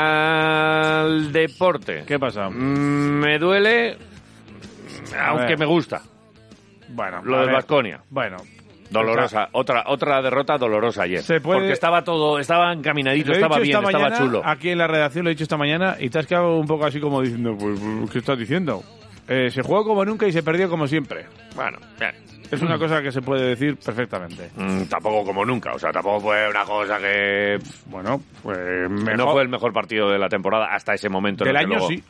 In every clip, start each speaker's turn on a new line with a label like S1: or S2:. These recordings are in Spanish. S1: Al deporte.
S2: ¿Qué pasa?
S1: Mm, Me duele, aunque
S2: ver.
S1: me gusta,
S2: Bueno,
S1: lo
S2: a
S1: del
S2: ver.
S1: Vasconia.
S2: Bueno,
S1: Dolorosa, otra otra derrota dolorosa ayer.
S2: Se puede-
S1: Porque estaba todo, estaba encaminadito,
S2: Lo he
S1: estaba
S2: dicho
S1: bien,
S2: esta
S1: estaba
S2: mañana,
S1: chulo.
S2: Aquí en la redacción lo he dicho esta mañana y te has quedado un poco así como diciendo, pues, pues, ¿qué estás diciendo? Eh, se jugó como nunca y se perdió como siempre.
S1: Bueno, bien.
S2: Es una cosa que se puede decir perfectamente.
S1: Mm, tampoco como nunca, o sea, tampoco fue una cosa que pff,
S2: Bueno, pues
S1: no
S2: mejor-
S1: fue el mejor partido de la temporada hasta ese momento. en
S2: del
S1: el que
S2: año
S1: luego-
S2: sí.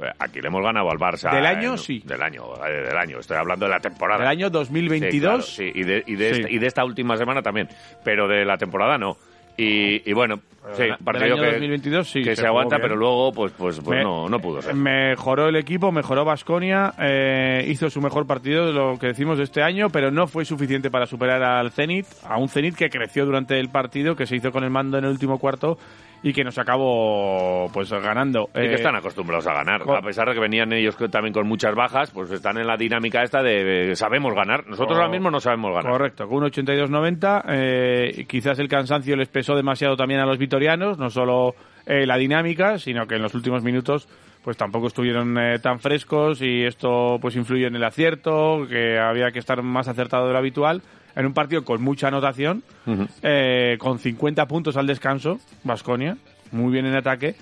S1: Eh, Aquí le hemos ganado al Barça.
S2: Del año,
S1: eh,
S2: sí.
S1: Del año, eh, del año. Estoy hablando de la temporada.
S2: Del año
S1: Sí,
S2: 2022.
S1: claro, sí, y, de, y de
S2: Sí.
S1: esta- y de esta última semana también, pero de la temporada no. Y, y bueno, sí,
S2: del
S1: partido
S2: año
S1: que,
S2: 2022 sí,
S1: que se,
S2: se jugó
S1: aguanta,
S2: bien.
S1: pero luego pues, pues, pues
S2: Me-
S1: no, no pudo ser.
S2: Mejoró el equipo, mejoró Vasconia, hizo su mejor partido de lo que decimos de este año, pero no fue suficiente para superar al Zenit, a un Zenit que creció durante el partido, que se hizo con el mando en el último cuarto y que nos acabó pues ganando.
S1: Y
S2: Eh,
S1: que están acostumbrados a ganar.
S2: co-
S1: A pesar de que venían ellos que también con muchas bajas, pues están en la dinámica esta de eh, sabemos ganar. Nosotros
S2: Co-
S1: ahora mismo no sabemos ganar.
S2: Correcto, con un 82-90. eh, quizás el cansancio les pesó demasiado también a los vitorianos, no solo eh, la dinámica, sino que en los últimos minutos pues tampoco estuvieron eh, tan frescos y esto pues influyó en el acierto, que había que estar más acertado de lo habitual. En un partido con mucha anotación, eh, con 50 puntos al descanso, Vasconia, muy bien en ataque,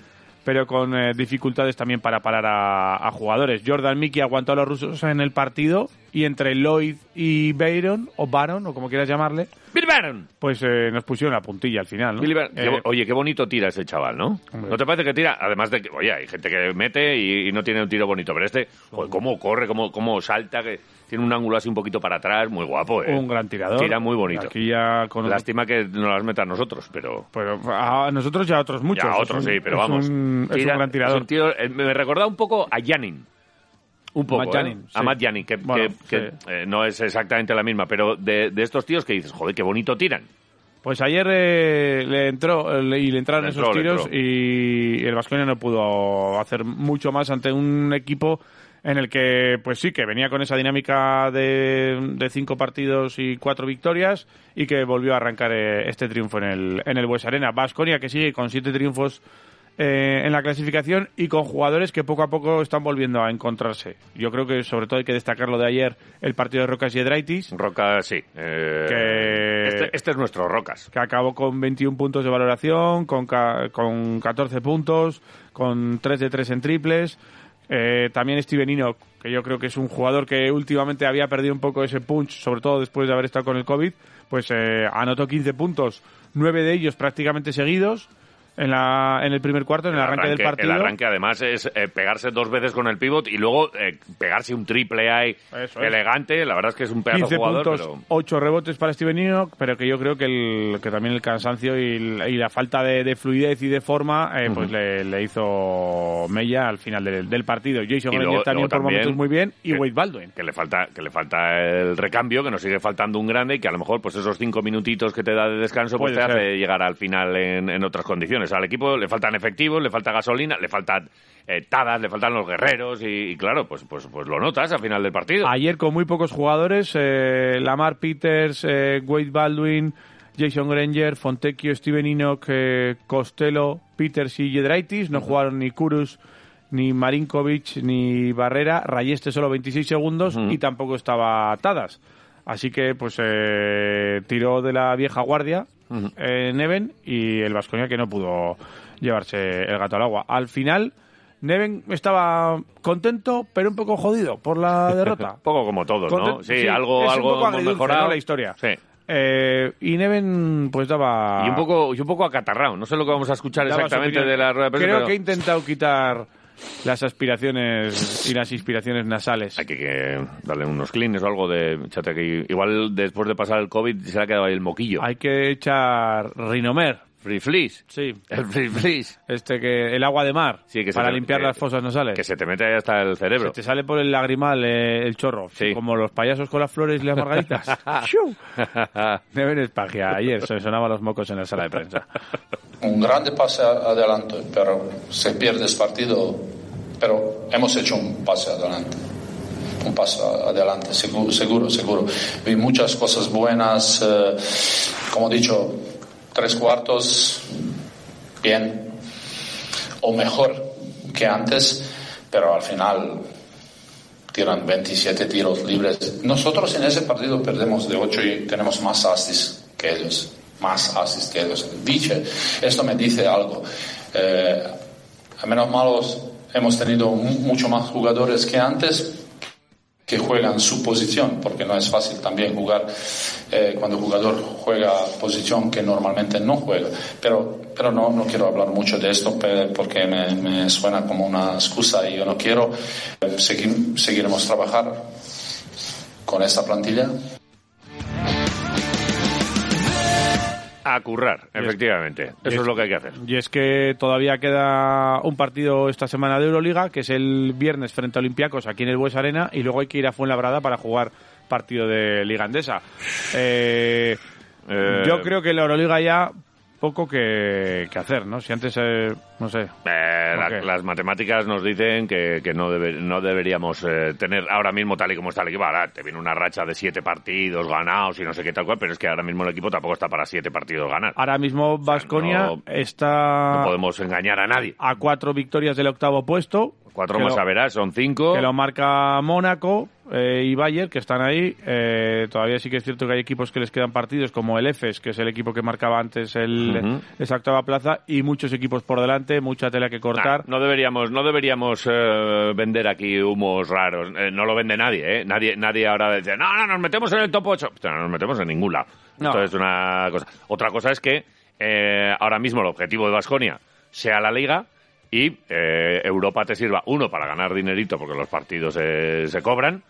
S2: pero con eh, dificultades también para parar a, a jugadores. Jordan Mickey aguantó a los rusos en el partido y entre Lloyd y Bayron, o Baron, o como quieras llamarle,
S1: Bill Barron.
S2: pues eh, nos pusieron la puntilla al final. ¿no?
S1: Bill Barron.
S2: Eh,
S1: Qué bo- oye, qué bonito tira ese chaval, ¿no?
S2: Hombre.
S1: ¿No te parece que tira? Además de que, oye, hay gente que mete y, y no tiene un tiro bonito, pero este, joder, cómo corre, cómo, cómo salta, que tiene un ángulo así un poquito para atrás, muy guapo, ¿eh?
S2: un gran tirador.
S1: Tira muy bonito.
S2: Aquí ya con
S1: Lástima que no las meta a nosotros, pero...
S2: pero a nosotros ya otros muchos.
S1: Ya
S2: Es
S1: otros
S2: un-
S1: sí, pero
S2: es
S1: vamos.
S2: un- es
S1: Tira-
S2: un gran tirador.
S1: es un tío- eh, me recordaba un poco a Janin. Un poco,
S2: Matt
S1: ¿eh?
S2: Janin, sí.
S1: A Matt Janin, que,
S2: Bueno,
S1: que- que,
S2: sí.
S1: eh, no es exactamente la misma, pero de, de estos tíos que dices, joder, qué bonito tiran.
S2: Pues ayer eh, le entró eh, le- y le entraron
S1: Le
S2: esos
S1: entró, le
S2: tiros
S1: entró.
S2: y el Vasconia no pudo hacer mucho más ante un equipo en el que, pues sí, que venía con esa dinámica de, de cinco partidos y cuatro victorias y que volvió a arrancar eh, este triunfo en el, en el Bues Arena. Vasconia que sigue con siete triunfos eh, en la clasificación y con jugadores que poco a poco están volviendo a encontrarse. Yo creo que sobre todo hay que destacar lo de ayer, el partido de Rocas y Edraitis.
S1: Roca, sí. eh,
S2: Que-
S1: este, este es nuestro Rocas.
S2: que acabó con 21 puntos de valoración, con, ca- con 14 puntos, con 3 de 3 en triples. Eh, también Steven Enoch, que yo creo que es un jugador que últimamente había perdido un poco ese punch, sobre todo después de haber estado con el COVID, pues eh, anotó 15 puntos, 9 de ellos prácticamente seguidos en, la, en el primer cuarto, en el, arranque, del partido.
S1: El arranque, además, es eh, pegarse dos veces con el pivot y luego eh, pegarse un triple ahí
S2: Eso es.
S1: elegante. La verdad es que es un pedazo
S2: 15
S1: de jugador,
S2: puntos,
S1: pero...
S2: 8 rebotes para Steven Enoch, pero que yo creo que, el, que también el cansancio y, el- y la falta de, de fluidez y de forma eh, pues le, le hizo mella al final del, del partido. Jason
S1: Y luego-
S2: Grenier también
S1: luego
S2: por
S1: también
S2: momentos muy bien y
S1: que-
S2: Wade Baldwin.
S1: que le falta que le falta el recambio que nos sigue faltando un grande y que a lo mejor pues esos cinco minutitos que te da de descanso pues te
S2: Puede ser.
S1: hace llegar al final en, en otras condiciones al equipo le faltan efectivos le falta gasolina le faltan eh, tadas le faltan los guerreros y, y claro pues pues pues lo notas al final del partido
S2: Ayer con muy pocos jugadores, eh, Lamar Peters, eh, Wade Baldwin, Jason Granger, Fontecchio, Steven Enoch, eh, Costello, Peters y Jedraitis. No jugaron ni Kurus, ni Marinkovic, ni Barrera. Rayeste solo 26 segundos y tampoco estaba atadas. Así que pues eh, tiró de la vieja guardia eh, Neven y el Vasconia que no pudo llevarse el gato al agua. Al final Neven estaba contento, pero un poco jodido por la derrota.
S1: Un poco como todos, ¿no?
S2: Content-
S1: Sí, algo,
S2: es
S1: algo
S2: un poco
S1: hemos
S2: agridulce,
S1: mejorado.
S2: ¿no? la historia.
S1: Sí.
S2: Eh, y Neven pues daba...
S1: Y un poco, y un poco acatarrado. No sé lo que vamos a escuchar
S2: daba su
S1: exactamente
S2: opinión.
S1: de la rueda de prensa,
S2: Creo
S1: pero-
S2: que he intentado quitar las aspiraciones y las inspiraciones nasales.
S1: Hay que, que darle unos clines o algo de... Chate, que igual después de pasar el COVID se le ha quedado ahí el moquillo.
S2: Hay que echar rinomer.
S1: Free fleas.
S2: Sí.
S1: El free fleas.
S2: Este que el agua de mar
S1: Sí, que se
S2: para
S1: te-
S2: limpiar
S1: que-
S2: las fosas nasales.
S1: Que se te mete ahí hasta el cerebro.
S2: Eh. Se te sale por el lagrimal eh, el chorro,
S1: Sí.
S2: como los payasos con las flores y las margaritas. ¡Chiu! Deben espagia. Ayer se me sonaban los mocos en la sala de prensa.
S3: un grande pase a- adelante, pero se pierde el partido, pero hemos hecho un pase adelante. Un paso adelante, seguro, seguro, seguro. Vi muchas cosas buenas, eh, como he dicho, tres cuartos, bien, o mejor que antes, pero al final tiran 27 tiros libres. Nosotros en ese partido perdemos de 8 y tenemos más asis que ellos. Más asis que ellos. Dice, esto me dice algo. Eh, a menos malos hemos tenido mu- mucho más jugadores que antes que juegan su posición, porque no es fácil también jugar eh, cuando el jugador juega posición que normalmente no juega. Pero, pero no, no quiero hablar mucho de esto pe- porque me, me suena como una excusa y yo no quiero. Eh, segui- seguiremos trabajar con esta plantilla.
S1: A currar, efectivamente. Eso es lo que hay que hacer.
S2: Y es que todavía queda un partido esta semana de Euroliga, que es el viernes frente a Olympiacos aquí en el Bues Arena, y luego hay que ir a Fuenlabrada para jugar partido de Liga Andesa. Eh,
S1: Eh,
S2: yo creo que la Euroliga ya poco que, que hacer, ¿no? Si antes, eh, no sé,
S1: Eh, la-
S2: Ok.
S1: las matemáticas nos dicen que, que no, debe- no deberíamos eh, tener ahora mismo tal y como está el equipo. Ahora te viene una racha de siete partidos ganados y no sé qué tal cual, pero es que ahora mismo el equipo tampoco está para siete partidos ganar.
S2: ahora mismo Vasconia
S1: no-
S2: está
S1: No podemos engañar a nadie.
S2: a cuatro victorias del octavo puesto.
S1: Cuatro
S2: que
S1: más
S2: lo-
S1: a verás, son cinco.
S2: que lo marca Mónaco eh, y Bayern, que están ahí. Eh, todavía sí que es cierto que hay equipos que les quedan partidos, como el EFES, que es el equipo que marcaba antes el,
S1: Ujú.
S2: esa octava plaza, y muchos equipos por delante, mucha tela que
S1: Nah,
S2: cortar.
S1: no deberíamos, no deberíamos eh, vender aquí humos raros. Eh, no lo vende nadie, ¿eh? Nadie, nadie ahora dice, no, no, nos metemos en el top 8. No nos metemos en ningún lado.
S2: No.
S1: Esto es una cosa. Otra cosa es que eh, ahora mismo el objetivo de Vasconia sea la liga y eh, Europa te sirva, uno, para ganar dinerito porque los partidos eh, se cobran.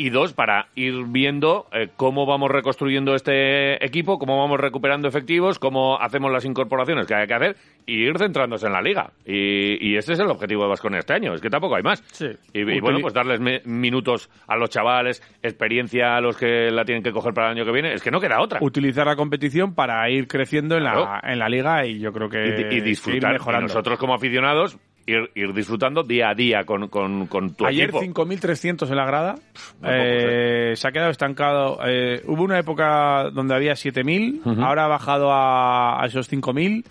S1: Y dos, para ir viendo eh, cómo vamos reconstruyendo este equipo, cómo vamos recuperando efectivos, cómo hacemos las incorporaciones que hay que hacer y ir centrándose en la liga. Y, y ese es el objetivo de Vasconia este año, es que tampoco hay más.
S2: Sí.
S1: Y, y
S2: Utili-
S1: bueno, pues darles me- minutos a los chavales, experiencia a los que la tienen que coger para el año que viene, es que no queda otra.
S2: Utilizar la competición para ir creciendo en,
S1: Claro.
S2: la, en la liga Eh, y yo creo que
S1: y, di- y
S2: seguir
S1: disfrutar.
S2: mejorando.
S1: Y nosotros como aficionados, ir, ir disfrutando día a día con, con, con tu
S2: Ayer
S1: equipo.
S2: 5.300 en la grada.
S1: muy poco,
S2: Eh, se ha quedado estancado. Eh, hubo una época donde había 7.000, ahora ha bajado a, a esos 5.000.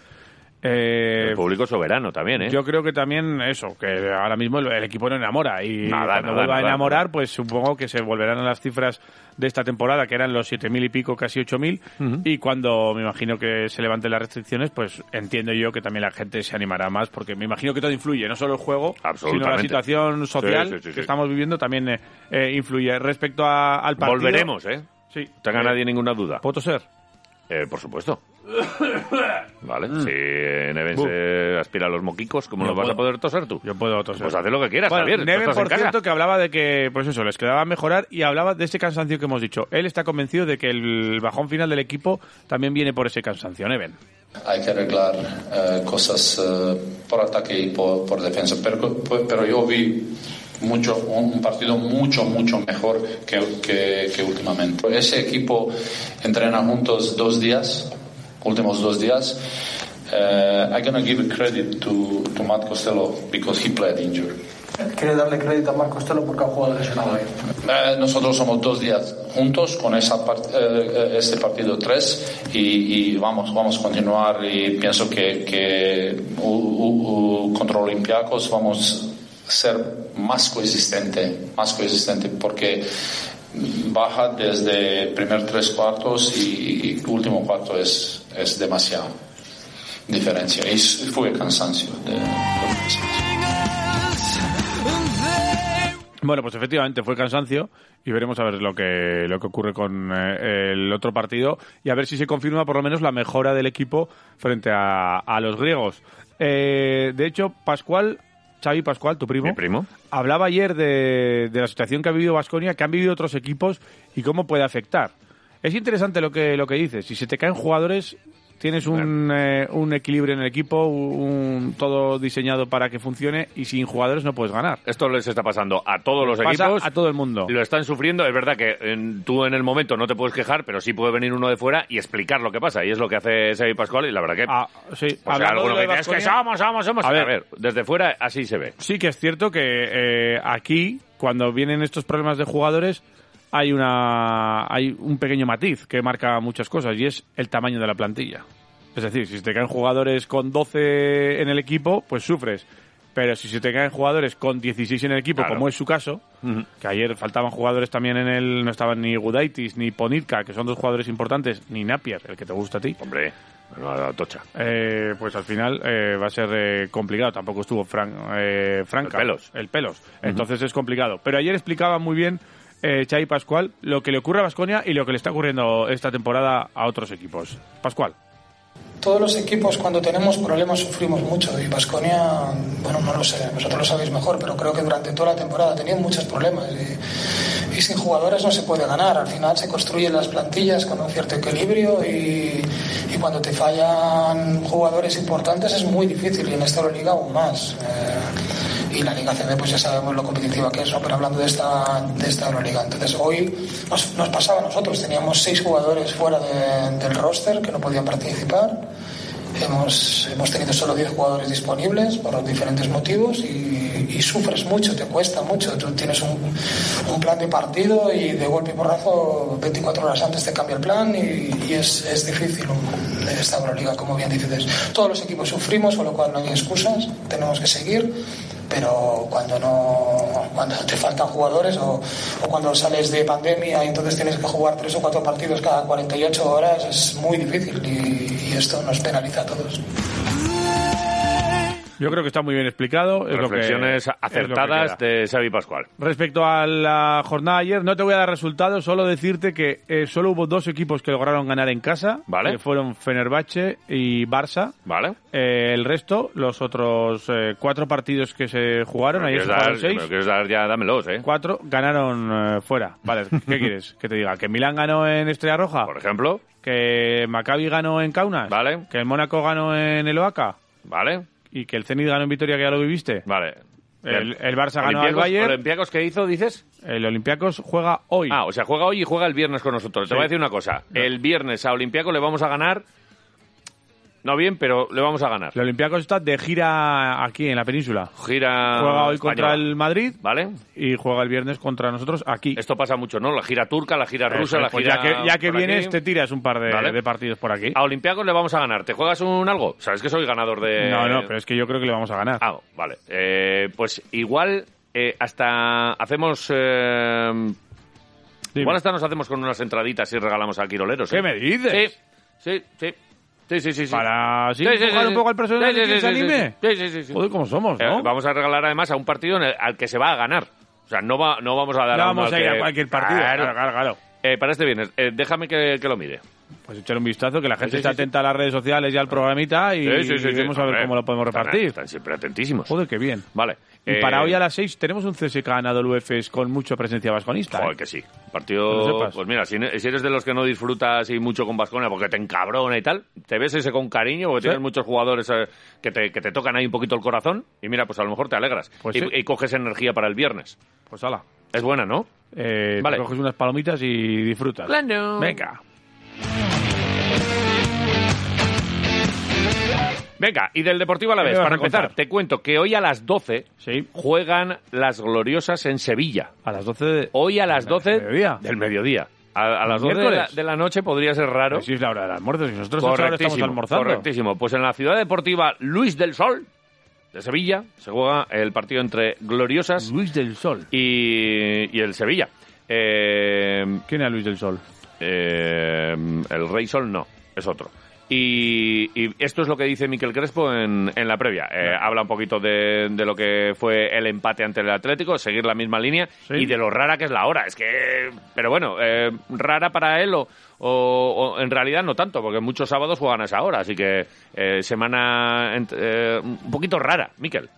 S2: Eh,
S1: El público soberano también, ¿eh?
S2: Yo creo que también eso, que ahora mismo el, el equipo no enamora y
S1: Nada,
S2: cuando
S1: nada,
S2: vuelva a
S1: nada,
S2: enamorar,
S1: nada.
S2: pues supongo que se volverán a las cifras de esta temporada, que eran los 7.000 y pico, casi 8.000, y cuando me imagino que se levanten las restricciones, pues entiendo yo que también la gente se animará más, porque me imagino que todo influye, no solo el juego, sino la
S1: Absolutamente.
S2: situación social
S1: Sí, sí, sí, sí.
S2: que estamos viviendo también eh, eh, influye. Respecto a- al partido...
S1: Volveremos, ¿eh?
S2: Sí.
S1: No tenga
S2: Eh,
S1: nadie ninguna duda.
S2: ¿Puedo ser?
S1: Eh, por supuesto. vale, si Neven se aspira a los moquicos, ¿cómo
S2: Mm. Yo
S1: los vas
S2: puedo.
S1: a poder toser tú?
S2: Yo puedo toser.
S1: Pues haz lo que quieras,
S2: Bueno,
S1: Javier. tú
S2: Neven,
S1: estás en
S2: por
S1: casa.
S2: cierto, que hablaba de que, pues eso, les quedaba mejorar y hablaba de ese cansancio que hemos dicho. Él está convencido de que el bajón final del equipo también viene por ese cansancio, Neven.
S3: hay que arreglar eh, cosas eh, por ataque y por, por defensa. Pero, pues, pero yo vi mucho, un partido mucho, mucho mejor que, que- que últimamente. Ese equipo entrena juntos dos días, últimos dos días. Eh, I'm gonna give credit to, to Matt Costello because he played injured.
S4: Quiere darle crédito a Marco Costello porque ha jugado lesionado ahí.
S3: Eh, nosotros somos dos días juntos con esa par- eh, eh, este partido 3 y, y vamos vamos a continuar y pienso que, que u- u- u- contra Olympiacos vamos a ser más consistente más consistente porque baja desde primer tres cuartos y, y último cuarto es, es demasiado diferencia y s- fue cansancio de- fue cansancio.
S2: Bueno, pues efectivamente fue cansancio y veremos a ver lo que, lo que ocurre con eh, el otro partido y a ver si se confirma por lo menos la mejora del equipo frente a, a los griegos. Eh, de hecho, Pascual, Xavi Pascual, tu primo,
S1: Mi primo.
S2: hablaba ayer de, de la situación que ha vivido Vasconia, que han vivido otros equipos y cómo puede afectar. Es interesante lo que, lo que dices. Si se te caen jugadores, tienes un, eh, un equilibrio en el equipo, un, todo diseñado para que funcione y sin jugadores no puedes ganar.
S1: Esto les está pasando a todos los
S2: Pasa
S1: equipos.
S2: a todo el mundo.
S1: Lo están sufriendo. Es verdad que en- tú en el momento no te puedes quejar, pero sí puede venir uno de fuera y explicar lo que pasa. Y es lo que hace Xavi Pascual y la verdad que...
S2: Ah,
S1: o
S2: sí.
S1: sea,
S2: Hablando
S1: alguno que
S2: de
S1: dice, es que
S2: Baskonia,
S1: somos, somos, somos.
S2: A ver.
S1: desde fuera así se ve.
S2: Sí que es cierto que eh, aquí, cuando vienen estos problemas de jugadores, hay, una, hay un pequeño matiz que marca muchas cosas y es el tamaño de la plantilla. Es decir, si se te caen jugadores con 12 en el equipo, pues sufres. Pero si se te caen jugadores con 16 en el equipo,
S1: Claro.
S2: como es su caso, que ayer faltaban jugadores también en el... No estaban ni Gudaitis ni Ponitka, que son dos jugadores importantes, ni Napier, el que te gusta a ti.
S1: Hombre, no, no, tocha.
S2: Eh, pues al final eh, va a ser eh, complicado. Tampoco estuvo Fran, eh, Franca.
S1: El Pelos.
S2: El Pelos. Entonces es complicado. Pero ayer explicaba muy bien eh, Chay Pascual lo que le ocurre a Vasconia y lo que le está ocurriendo esta temporada a otros equipos. Pascual.
S5: Todos los equipos cuando tenemos problemas sufrimos mucho y Vasconia, bueno, no lo sé, vosotros lo sabéis mejor, pero creo que durante toda la temporada ha tenido muchos problemas y, y sin jugadores no se puede ganar. Al final se construyen las plantillas con un cierto equilibrio y, y cuando te fallan jugadores importantes es muy difícil y en esta Euroliga aún más. Eh, y la Liga CB pues ya sabemos lo competitiva que es, ¿no? pero hablando de esta, de esta Euroliga. Entonces hoy nos, nos pasaba a nosotros, teníamos seis jugadores fuera de- del roster que no podían participar, hemos, hemos tenido solo 10 jugadores disponibles por diferentes motivos y, y sufres mucho, te cuesta mucho, tú tienes un, un plan de partido y de golpe y porrazo 24 horas antes te cambia el plan y, y es, es difícil un- esta Euroliga, como bien dices. Todos los equipos sufrimos, con lo cual no hay excusas, tenemos que seguir pero cuando no cuando te faltan jugadores o, o cuando sales de pandemia y entonces tienes que jugar tres o cuatro partidos cada 48 horas es muy difícil y, y esto nos penaliza a todos.
S2: Yo creo que está muy bien explicado. Es lo que-
S1: Reflexiones
S2: es lo que
S1: acertadas
S2: queda.
S1: de Xavi Pascual.
S2: Respecto a la jornada de ayer, no te voy a dar resultados, solo decirte que eh, solo hubo dos equipos que lograron ganar en casa,
S1: Vale.
S2: que fueron Fenerbahce y Barça.
S1: ¿Vale?
S2: Eh, el resto, los otros eh, cuatro partidos que se jugaron,
S1: Me
S2: ayer
S1: quieres
S2: se
S1: dar,
S2: jugaron
S1: si me lo
S2: seis,
S1: quieres dar ya, dámelos, ¿eh?
S2: cuatro ganaron eh, fuera. Vale, ¿qué quieres que te diga? ¿Que Milán ganó en Estrella Roja?
S1: Por ejemplo,
S2: ¿Que Maccabi ganó en Kaunas?
S1: Vale.
S2: ¿Que el Mónaco ganó en el Oaca?
S1: ¿vale?
S2: ¿Y que el Zenit ganó en Vitoria, que ya lo viviste?
S1: Vale.
S2: El-
S1: Bien.
S2: el Barça ganó al
S1: Olympiacos-
S2: Bayern.
S1: ¿Olympiacos qué hizo, dices?
S2: El Olympiacos juega hoy.
S1: Ah, o sea, juega hoy y juega el viernes con nosotros. Te
S2: Sí.
S1: voy a decir una cosa. El viernes a Olympiacos le vamos a ganar. No bien, pero le vamos a ganar.
S2: El Olympiacos está de gira aquí, en la península.
S1: Gira.
S2: Juega hoy
S1: Ah, española,
S2: contra el Madrid
S1: ¿Vale?
S2: y juega el viernes contra nosotros aquí.
S1: Esto pasa mucho, ¿no? La gira turca, la gira
S2: Eso
S1: rusa,
S2: es,
S1: la
S2: pues
S1: gira.
S2: ya que, ya que este
S1: por
S2: vienes,
S1: aquí.
S2: te tiras un par de,
S1: Vale. Ah,
S2: de partidos por aquí.
S1: A Olympiacos le vamos a ganar. ¿Te juegas un algo? Sabes que soy ganador de.
S2: No, no, pero es que yo creo que le vamos a ganar.
S1: eh, Ah, vale. Eh, pues igual eh, hasta hacemos. eh,
S2: Dime.
S1: igual hasta nos hacemos con unas entraditas y regalamos a Quiroleros.
S2: ¿Qué
S1: ¿eh?
S2: me dices?
S1: Sí, sí, sí. Sí, sí, sí. sí.
S2: Para así
S1: Sí, sí, sí,
S2: empujar
S1: sí.
S2: un poco al personal
S1: Sí,
S2: y
S1: sí,
S2: que
S1: sí,
S2: se
S1: sí,
S2: anime.
S1: sí. Sí, sí, sí.
S2: Joder, ¿cómo somos,
S1: Eh,
S2: no?
S1: vamos a regalar además a un partido en el- al que se va a ganar. O sea, no, va, no vamos a dar
S2: No
S1: a uno
S2: vamos
S1: al
S2: a ir
S1: que-
S2: a cualquier partido.
S1: Claro.
S2: Claro, claro, claro.
S1: Eh, para este viernes, eh, déjame que, que lo mire.
S2: Pues echar un vistazo, que la
S1: Sí, sí,
S2: gente está
S1: sí,
S2: atenta a las redes sociales y al programita y,
S1: Sí, sí, sí,
S2: y
S1: sí.
S2: vemos a ver
S1: Hombre,
S2: cómo lo podemos
S1: están-
S2: repartir.
S1: Están siempre atentísimos.
S2: Joder, qué bien.
S1: Vale.
S2: Y
S1: eh,
S2: para hoy a las 6 tenemos un CSK Anadolu Efes con mucha presencia vasconista.
S1: Joder,
S2: ¿eh?
S1: que sí.
S2: Que lo
S1: Partido.
S2: sepas.
S1: Pues mira, si, ne- si eres de los que no disfrutas y mucho con Vasconia porque te encabrona y tal, te ves ese con cariño porque
S2: Sí.
S1: tienes muchos jugadores eh, que, te, que te tocan ahí un poquito el corazón y mira, pues a lo mejor te alegras
S2: Pues
S1: y,
S2: sí.
S1: y coges energía para el viernes.
S2: Pues hala.
S1: Es buena, ¿no?
S2: Eh,
S1: Vale.
S2: te coges unas palomitas y disfrutas.
S1: Claro.
S2: Venga.
S1: Venga, y del Deportivo a la
S2: ¿Qué me
S1: vez,
S2: vas
S1: para
S2: a contar?
S1: empezar, te cuento que hoy a las 12
S2: Sí.
S1: juegan las gloriosas en Sevilla.
S2: A las 12 de...
S1: Hoy a las
S2: Del
S1: 12
S2: mediodía.
S1: del mediodía. A, a las 12 de
S2: Miércoles.
S1: la, de la noche podría ser raro.
S2: Pues Sí, es la hora del almuerzo. Si nosotros a esa hora estamos almorzando.
S1: correctísimo. Pues en la ciudad deportiva Luis del Sol de Sevilla se juega el partido entre Gloriosas
S2: Luis del Sol.
S1: y, y el Sevilla. Eh,
S2: ¿Quién era Luis del Sol?
S1: eh, el Rey Sol no, es otro. Y, y esto es lo que dice Miquel Crespo en, en la previa. Eh, Habla un poquito de, de lo que fue el empate ante el Atlético, seguir la misma línea
S2: Sí.
S1: y de lo rara que es la hora. Es que, pero bueno, eh, rara para él o, o- o en realidad no tanto, porque muchos sábados juegan a esa hora. Así que eh, semana ent- eh, un poquito rara, Miquel.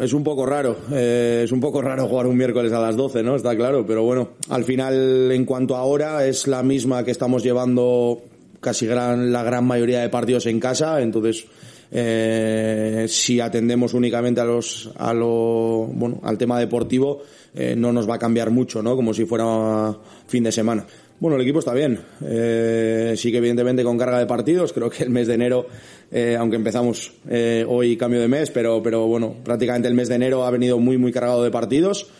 S6: Es un poco raro, eh, es un poco raro jugar un miércoles a las 12, ¿no? Está claro, pero bueno, al final en cuanto a hora es la misma que estamos llevando casi gran, la gran mayoría de partidos en casa, entonces eh, si atendemos únicamente a los, a lo, bueno, al tema deportivo eh, no nos va a cambiar mucho, ¿no? Como si fuera fin de semana. Bueno, el equipo está bien. Eh, sí que evidentemente con carga de partidos. Creo que el mes de enero, eh, aunque empezamos eh, hoy cambio de mes, pero, pero bueno, prácticamente el mes de enero ha venido muy, muy cargado de partidos.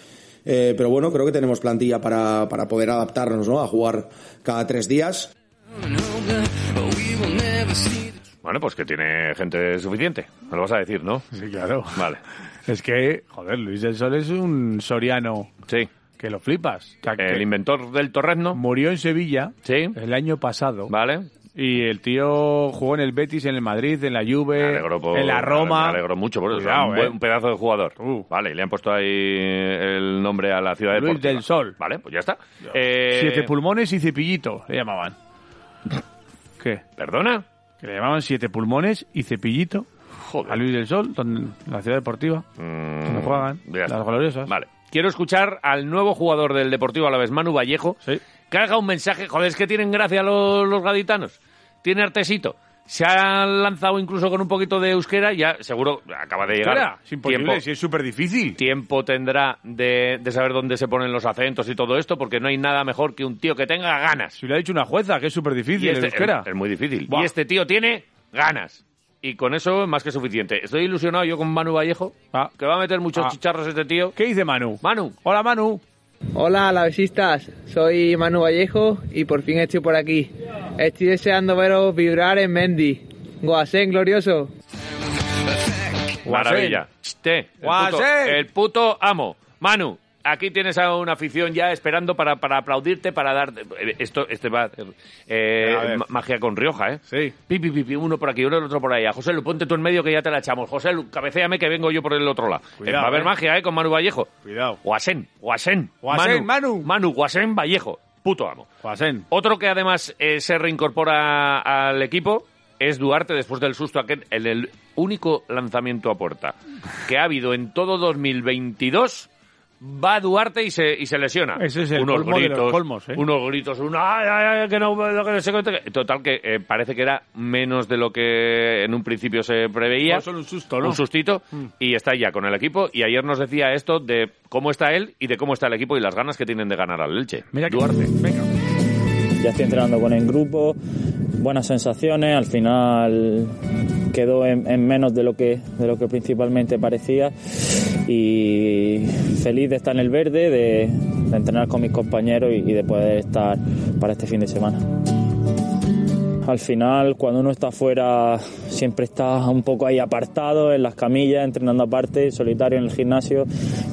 S6: Eh, pero bueno, creo que tenemos plantilla para, para poder adaptarnos ¿no? a jugar cada tres días.
S1: Bueno, pues que tiene gente suficiente. Me lo vas a decir, ¿no?
S2: Sí, claro.
S1: Vale.
S2: Es que, joder, Luis del Sol es un soriano
S1: Sí.
S2: que lo flipas. O sea, que
S1: El inventor del torrezno.
S2: murió en Sevilla
S1: Sí.
S2: el año pasado.
S1: Vale.
S2: Y el tío jugó en el Betis, en el Madrid, en la
S1: Me
S2: Juve,
S1: alegro por-
S2: en la Roma.
S1: Me alegro mucho por eso.
S2: Cuidado,
S1: un, buen-
S2: eh.
S1: un pedazo de jugador.
S2: Uh.
S1: Vale, y le han puesto ahí el nombre a la ciudad de
S2: Luis del Sol.
S1: Vale, pues ya está. Eh,
S2: Siete pulmones y cepillito, le llamaban. ¿Qué?
S1: ¿Perdona?
S2: Que le llamaban siete pulmones y cepillito
S1: Joder.
S2: a Luis del Sol, donde, en la ciudad deportiva, donde
S1: Mm,
S2: juegan
S1: ya está.
S2: las gloriosas.
S1: Vale. Quiero escuchar al nuevo jugador del Deportivo Alavés, Manu Vallejo,
S2: Sí.
S1: que haga un mensaje. Joder, es que tienen gracia los, los gaditanos. Tiene artesito. Se ha lanzado incluso con un poquito de euskera. Ya seguro acaba de llegar.
S2: Espera, es imposible,
S1: Tiempo-
S2: si es súper difícil.
S1: tiempo tendrá de, de saber dónde se ponen los acentos y todo esto, porque no hay nada mejor que un tío que tenga ganas.
S2: Si lo ha dicho una jueza, que es súper difícil
S1: Y
S2: el
S1: este-
S2: euskera.
S1: es, es muy difícil.
S2: Buah.
S1: Y este tío tiene ganas. Y con eso, más que suficiente. Estoy ilusionado yo con Manu Vallejo,
S2: Ah.
S1: que va a meter muchos
S2: Ah.
S1: chicharros este tío.
S2: ¿Qué dice Manu?
S1: Manu.
S2: Hola, Manu.
S7: Hola, alavesistas. Soy Manu Vallejo y por fin estoy por aquí. Estoy deseando veros vibrar en Mendy. Goacén glorioso.
S1: Maravilla. Chiste, el, puto,
S2: Guasén.
S1: el puto amo. Manu, aquí tienes a una afición ya esperando para, para aplaudirte, para dar... Esto, este va a hacer, eh,
S2: A ver.
S1: ma- magia con Rioja, ¿eh?
S2: Sí.
S1: Pi, pi, pi, pi, uno por aquí, uno el otro por allá. José Lu, ponte tú en medio que ya te la echamos. José Lu, cabeceame que vengo yo por el otro lado.
S2: Cuidado,
S1: Eh, va a haber
S2: eh.
S1: magia, ¿eh? Con Manu Vallejo.
S2: Cuidado.
S1: Guasén, Guasén.
S2: Guasén, Manu.
S1: Manu, Guasén Vallejo. Puto amo.
S2: Juasen.
S1: Otro que además eh, se reincorpora al equipo es Duarte después del susto aquel, el, el único lanzamiento a puerta que ha habido en todo 2022. Va Duarte y se, y se lesiona.
S2: Ese es el colmo de los colmos, ¿eh?
S1: Unos gritos, un "Ay, ay, ay, que no, que no sé qué". Total, que eh, parece que era menos de lo que en un principio se preveía.
S2: Fue solo un susto, ¿no? Mm.
S1: Un sustito. Y está ya con el equipo. Y ayer nos decía esto de cómo está él y de cómo está el equipo y las ganas que tienen de ganar al Elche.
S2: Mira que-
S1: Duarte.
S2: Venga.
S8: Ya estoy entrenando con el grupo, buenas sensaciones, al final quedó en, en menos de lo, que, de lo que principalmente parecía y feliz de estar en el verde, de, de entrenar con mis compañeros y, y de poder estar para este fin de semana. Al final, cuando uno está fuera, siempre está un poco ahí apartado, en las camillas, entrenando aparte, solitario en el gimnasio.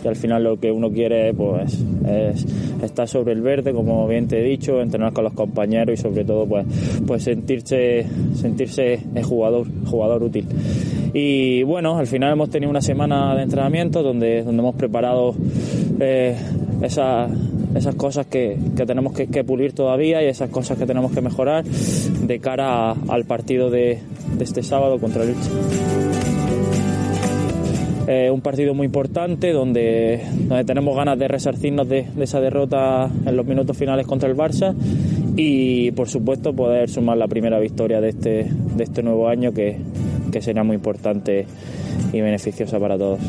S8: Y al final lo que uno quiere pues, es estar sobre el verde, como bien te he dicho, entrenar con los compañeros y sobre todo pues, pues sentirse, sentirse el jugador, jugador útil. Y bueno, al final hemos tenido una semana de entrenamiento donde, donde hemos preparado eh, esa esas cosas que, que tenemos que, que pulir todavía y esas cosas que tenemos que mejorar de cara a- al partido de, de este sábado contra el Elche. Eh, un partido muy importante donde, donde tenemos ganas de resarcirnos de, de esa derrota en los minutos finales contra el Barça y por supuesto poder sumar la primera victoria de este, de este nuevo año que, que será muy importante y beneficiosa para todos.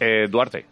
S1: Eh, Duarte.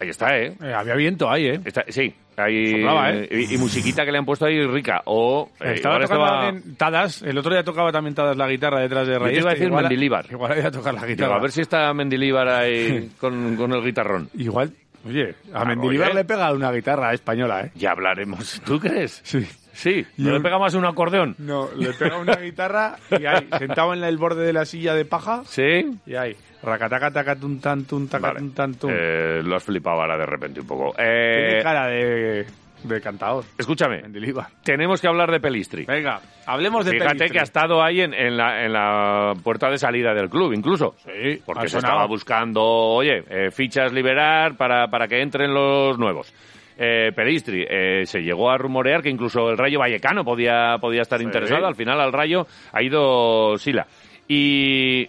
S1: Ahí está, ¿eh?
S2: Eh, había viento ahí, ¿eh?
S1: Está- sí, ahí.
S2: Soplaba, ¿eh?
S1: y, y musiquita que le han puesto ahí rica. O. eh,
S2: estaba
S1: igual
S2: tocando
S1: estaba-
S2: también Tadas. El otro día tocaba también Tadas la guitarra detrás de
S1: te
S2: Reyes.
S1: iba a
S2: que
S1: decir
S2: igual
S1: Mendilibar.
S2: Igual había tocar la
S1: Digo,
S2: guitarra.
S1: a ver si está Mendilibar ahí con, con el guitarrón.
S2: Igual, oye, a
S1: Ah,
S2: Mendilibar
S1: oye.
S2: le pega una guitarra española, ¿eh?
S1: Ya hablaremos. ¿Tú crees?
S2: Sí.
S1: Sí, no le pega más un acordeón.
S2: No, le pega una guitarra y ahí, sentado en la- el borde de la silla de paja,
S1: Sí.
S2: y ahí, racataca, tacatun, tantun, tacatun, tantun.
S1: Eh, lo has flipado ahora de repente un poco.
S2: Tiene
S1: Eh,
S2: cara de, de cantador.
S1: escúchame,
S2: Mendilibar.
S1: tenemos que hablar de Pelistri.
S2: Venga, hablemos de
S1: Fíjate
S2: Pelistri.
S1: que ha estado ahí en, en la, en la puerta de salida del club, incluso.
S2: Sí, ha
S1: Porque se
S2: sonado.
S1: estaba buscando, oye, eh, fichas liberar para, para que entren los nuevos. Eh, Pelistri, eh, se llegó a rumorear que incluso el Rayo Vallecano podía, podía estar interesado. Al final al Rayo ha ido Sila. Y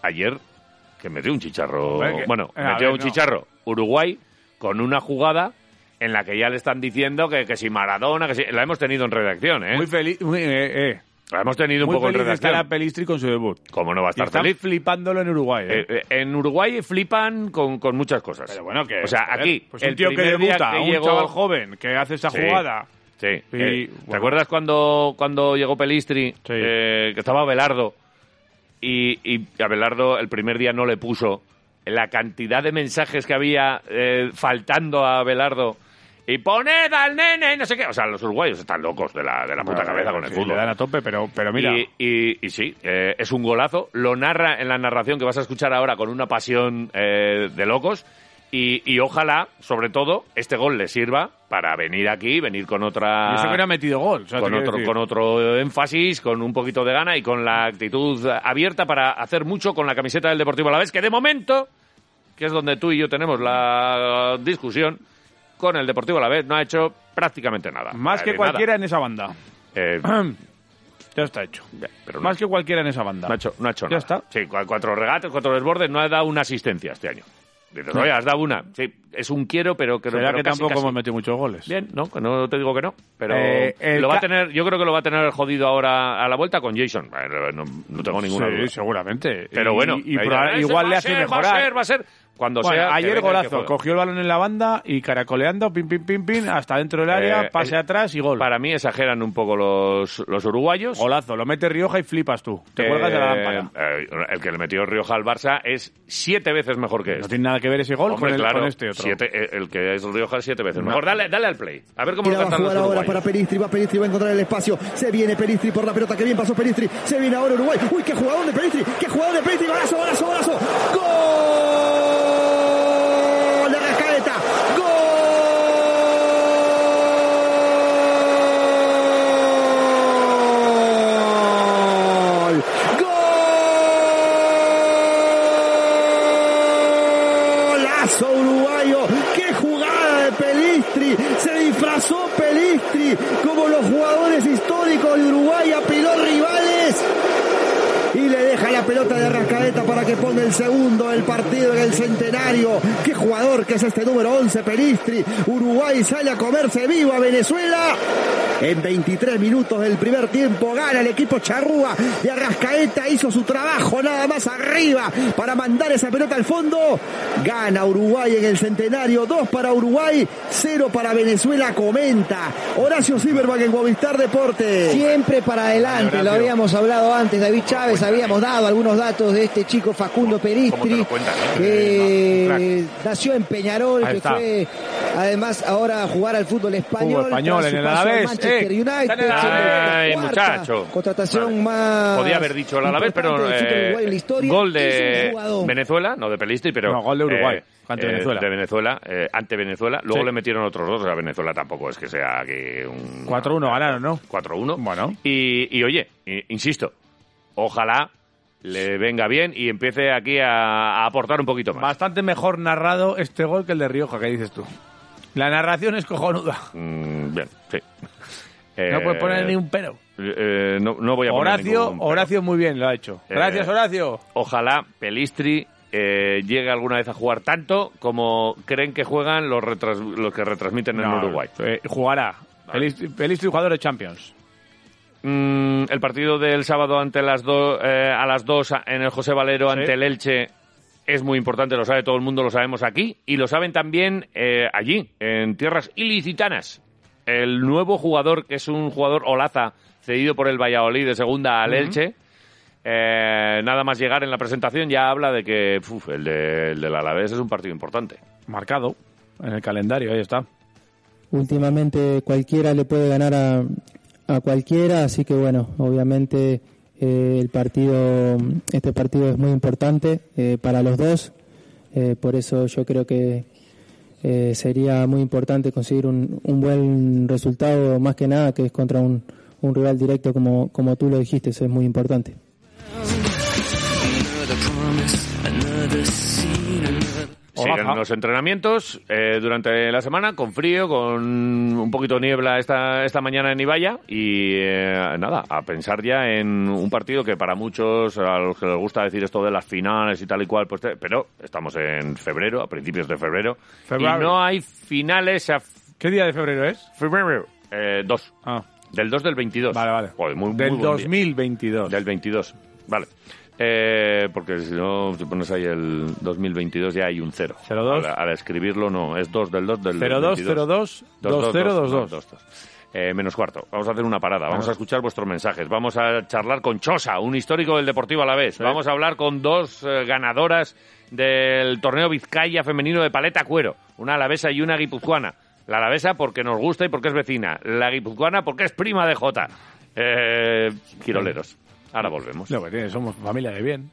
S1: ayer, que metió un chicharro.
S2: Hombre, que-
S1: bueno,
S2: eh, a
S1: metió
S2: ver,
S1: un
S2: no.
S1: chicharro Uruguay con una jugada en la que ya le están diciendo que, que si Maradona, que si... La hemos tenido en redacción, ¿eh?
S2: Muy feliz, muy, eh, eh,
S1: La hemos tenido un
S2: muy
S1: poco en
S2: feliz de estar a
S1: redacción.
S2: Pelistri con su debut.
S1: ¿Cómo no va a
S2: Y
S1: estar
S2: están
S1: feliz?
S2: flipándolo en Uruguay. ¿eh?
S1: Eh, eh, en Uruguay flipan con, con muchas cosas.
S2: Pero bueno, que.
S1: O sea,
S2: joder,
S1: aquí,
S2: pues
S1: el
S2: un tío que
S1: primer día
S2: debuta,
S1: que
S2: un
S1: llegó-
S2: chaval joven que hace esa
S1: Sí.
S2: jugada.
S1: Sí. eh,
S2: Y,
S1: ¿Te
S2: bueno.
S1: acuerdas cuando, cuando llegó Pelistri?
S2: Sí.
S1: eh, que estaba Abelardo. Y, y a Abelardo el primer día no le puso la cantidad de mensajes que había eh, faltando a Abelardo. Y poned al nene y no sé qué. O sea, los uruguayos están locos de la, de la puta cabeza con el
S2: pues, Sí,
S1: fútbol.
S2: Le dan a tope, pero, pero mira.
S1: Y, y- y sí, eh, es un golazo. Lo narra en la narración que vas a escuchar ahora con una pasión eh, de locos. Y, y ojalá, sobre todo, este gol le sirva para venir aquí, venir con otra.
S2: y eso que no ha metido gol. o sea,
S1: con
S2: te quiero
S1: otro,
S2: decir.
S1: con otro énfasis, con un poquito de gana y con la actitud abierta para hacer mucho con la camiseta del Deportivo a la vez, que de momento, que es donde tú y yo tenemos la discusión, con el Deportivo a la vez no ha hecho prácticamente nada.
S2: Más que
S1: Eh, nada.
S2: cualquiera en esa banda.
S1: Eh,
S2: Ya está hecho.
S1: ya, pero no-
S2: Más que cualquiera en esa banda.
S1: no ha hecho, no ha hecho
S2: Ya
S1: nada.
S2: está.
S1: Sí, cua- cuatro regates, cuatro desbordes, no ha dado una asistencia este año. Dices, oye, has dado una. Sí, es un quiero, pero creo
S2: Será
S1: pero
S2: que
S1: casi,
S2: tampoco
S1: casi.
S2: hemos metido muchos goles.
S1: Bien, no, que no te digo que no, pero
S2: Eh, el
S1: lo va a
S2: ca-
S1: tener, yo creo que lo va a tener jodido ahora a la vuelta con Jason. Bueno, No, no tengo ninguna
S2: Sí,
S1: duda.
S2: seguramente.
S1: Pero
S2: Y-
S1: bueno,
S2: y
S1: ahí
S2: proba-
S1: dirán, "Ese
S2: igual
S1: va
S2: le
S1: a
S2: hace
S1: ser,
S2: mejorar.
S1: Va a ser, va a ser. Cuando
S2: Bueno,
S1: sea, que venga el
S2: ayer
S1: que
S2: golazo,
S1: juega.
S2: cogió el balón en la banda y caracoleando, pim, pim, pim, pim, hasta dentro del área,
S1: Eh,
S2: pase
S1: es-
S2: atrás y gol.
S1: Para mí exageran un poco los, los uruguayos.
S2: Golazo, lo mete Rioja y flipas tú. Te cuelgas de la
S1: Eh,
S2: lámpara.
S1: eh, el que le metió Rioja al Barça es siete veces mejor que
S2: No
S1: este.
S2: tiene nada que ver ese gol
S1: Hombre,
S2: con, el-
S1: claro,
S2: con este otro.
S1: siete- eh, el que es Rioja siete veces. Mejor dale, dale al play. A ver cómo lo
S9: Mira, va a
S1: cantan los
S9: jugar ahora
S1: uruguayos.
S9: para Peristri, va Peristri, va a encontrar el espacio. Se viene Peristri por la pelota, que bien pasó Peristri. Se viene ahora Uruguay. Uy, qué jugador de Peristri, qué jugador de Peristri. Golazo, golazo, golazo. Gol de Rascaeta. Gol. Golazo uruguayo. Qué jugada de Pelistri. Se disfrazó Pelistri como los jugadores históricos de Uruguay. Apeló rivales. Y le deja la pelota de Rascaeta para que ponga el segundo del partido en el centenario. Qué jugador que es este número 11, Pelistri. Uruguay sale a comerse vivo a Venezuela. En 23 minutos del primer tiempo gana el equipo Charrúa y Arrascaeta hizo su trabajo nada más arriba para mandar esa pelota al fondo. Gana Uruguay en el centenario, 2 para Uruguay, 0 para Venezuela, comenta Horacio Silverman en Movistar Deportes.
S10: Siempre para adelante, lo habíamos hablado antes, David Chávez, habíamos dado algunos datos de este chico Facundo
S1: cómo te
S10: Peristri,
S1: lo cuentan, eh?
S10: que nació en Peñarol,
S2: Ahí
S10: que
S2: está.
S10: fue además ahora a jugar al fútbol español,
S2: Fútbol español,
S10: tras su
S2: en el
S10: paso al
S2: Alavés,
S10: Manchester
S2: eh,
S10: United,
S2: está en el
S10: siendo la
S1: Ay,
S10: cuarta
S1: eh, muchacho.
S10: contratación
S1: Vale.
S10: más
S1: Podía haber dicho el Alavés,
S10: importante
S1: pero
S10: del fútbol
S1: eh,
S10: uruguayo en la historia.
S1: gol
S10: Es un
S1: de
S10: jugador.
S1: Venezuela, no de Pelistri, pero eh,
S2: No, gol de Uruguay, ante Venezuela.
S1: de Venezuela, eh, ante Venezuela. Luego
S2: Sí.
S1: le metieron otros dos, o sea, Venezuela tampoco es que sea aquí un
S2: 4-1 ganaron, ¿no?
S1: 4-1.
S2: Bueno.
S1: Y, y, oye, i- insisto, ojalá le venga bien y empiece aquí a, a aportar un poquito más.
S2: Bastante mejor narrado este gol que el de Rioja, que dices tú. La narración es cojonuda.
S1: Mm, bien, sí.
S2: No
S1: Eh,
S2: puedes poner ni un pero.
S1: eh, no, no voy a poner
S2: Horacio,
S1: ningún pero.
S2: Horacio muy bien lo ha hecho.
S1: Eh,
S2: Gracias, Horacio.
S1: ojalá Pelistri eh, llegue alguna vez a jugar tanto como creen que juegan los, retras- los que retransmiten en Uruguay.
S2: eh, jugará. Pelistri, Pelistri, jugador de Champions.
S1: Mm, el partido del sábado ante las do- eh, a las 2 en el José Valero ante el Elche es muy importante, lo sabe todo el mundo, lo sabemos aquí y lo saben también eh, allí, en tierras ilicitanas. El nuevo jugador, que es un jugador Olaza, cedido por el Valladolid de segunda al Elche, eh, nada más llegar en la presentación ya habla de que uf, el, de- el del Alavés es un partido importante.
S2: Marcado en el calendario, ahí está.
S11: últimamente cualquiera le puede ganar a, a cualquiera, así que bueno, obviamente eh, el partido, este partido es muy importante eh, para los dos, eh, por eso yo creo que eh, sería muy importante conseguir un, un, buen resultado, más que nada que es contra un, un rival directo como, como tú lo dijiste, eso es muy importante.
S1: Siguen los entrenamientos eh, durante la semana con frío, con un poquito de niebla esta, esta mañana en Ibaya y eh, nada, a pensar ya en un partido que para muchos, a los que les gusta decir esto de las finales y tal y cual, pues te, pero estamos en febrero, a principios de febrero, febrero. y no hay finales a...
S2: ¿Qué día de febrero es?
S1: Febrero, 2. Eh, ah. Del 2 del 22.
S2: Vale, vale.
S1: Joder, muy,
S2: del
S1: muy
S2: 2022.
S1: Del 22, vale. Eh, porque si no, si pones ahí el 2022 ya hay un 0.
S2: 02.
S1: Al, al, escribirlo no, es 2 del 2 del
S2: 02, 02, 2022.
S1: Eh, menos cuarto. Vamos a hacer una parada. Vamos a escuchar vuestros mensajes. Vamos a charlar con Chosa, un histórico del Deportivo a la vez. ¿Sí? Vamos a hablar con dos eh, ganadoras del torneo Vizcaya femenino de paleta cuero. Una alavesa y una guipuzcoana. La alavesa porque nos gusta y porque es vecina. La guipuzcoana porque es prima de Jota. Eh, quiroleros. Ahora volvemos.
S2: No, pues, somos familia de bien.